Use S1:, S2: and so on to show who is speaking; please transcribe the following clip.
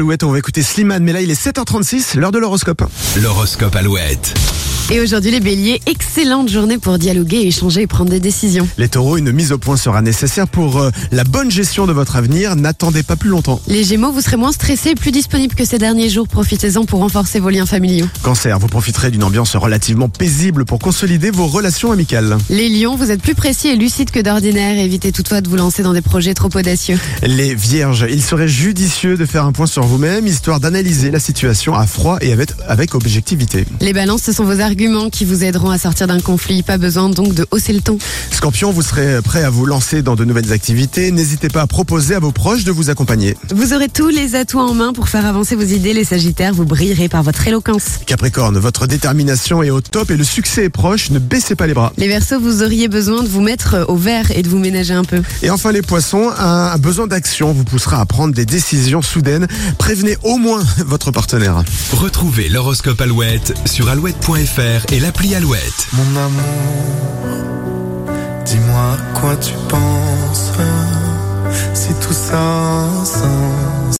S1: Alouette, on va écouter Slimane, mais là il est 7h36, l'heure de l'horoscope.
S2: L'horoscope Alouette.
S3: Et aujourd'hui les béliers, excellente journée pour dialoguer, échanger et prendre des décisions.
S1: Les taureaux, une mise au point sera nécessaire pour euh, la bonne gestion de votre avenir, n'attendez pas plus longtemps.
S3: Les gémeaux, vous serez moins stressés et plus disponibles que ces derniers jours. Profitez-en pour renforcer vos liens familiaux.
S1: Cancer, vous profiterez d'une ambiance relativement paisible pour consolider vos relations amicales.
S3: Les lions, vous êtes plus précis et lucides que d'ordinaire. Évitez toutefois de vous lancer dans des projets trop audacieux.
S1: Les vierges, il serait judicieux de faire un point sur vous-même, histoire d'analyser la situation à froid et avec, avec objectivité.
S3: Les balances, ce sont vos arguments qui vous aideront à sortir d'un conflit. Pas besoin donc de hausser le ton.
S1: Scorpion, vous serez prêt à vous lancer dans de nouvelles activités, n'hésitez pas à proposer à vos proches de vous accompagner.
S3: Vous aurez tous les atouts en main pour faire avancer vos idées. Les sagittaires, vous brillerez par votre éloquence.
S1: Capricorne, votre détermination est au top et le succès est proche, ne baissez pas les bras.
S3: Les versos, vous auriez besoin de vous mettre au vert et de vous ménager un peu.
S1: Et enfin les poissons, un un besoin d'action vous poussera à prendre des décisions soudaines, prévenez au moins votre partenaire.
S2: Retrouvez l'horoscope Alouette sur alouette.fr et l'appli Alouette.
S4: Mon amour, dis-moi à quoi tu penses. hein,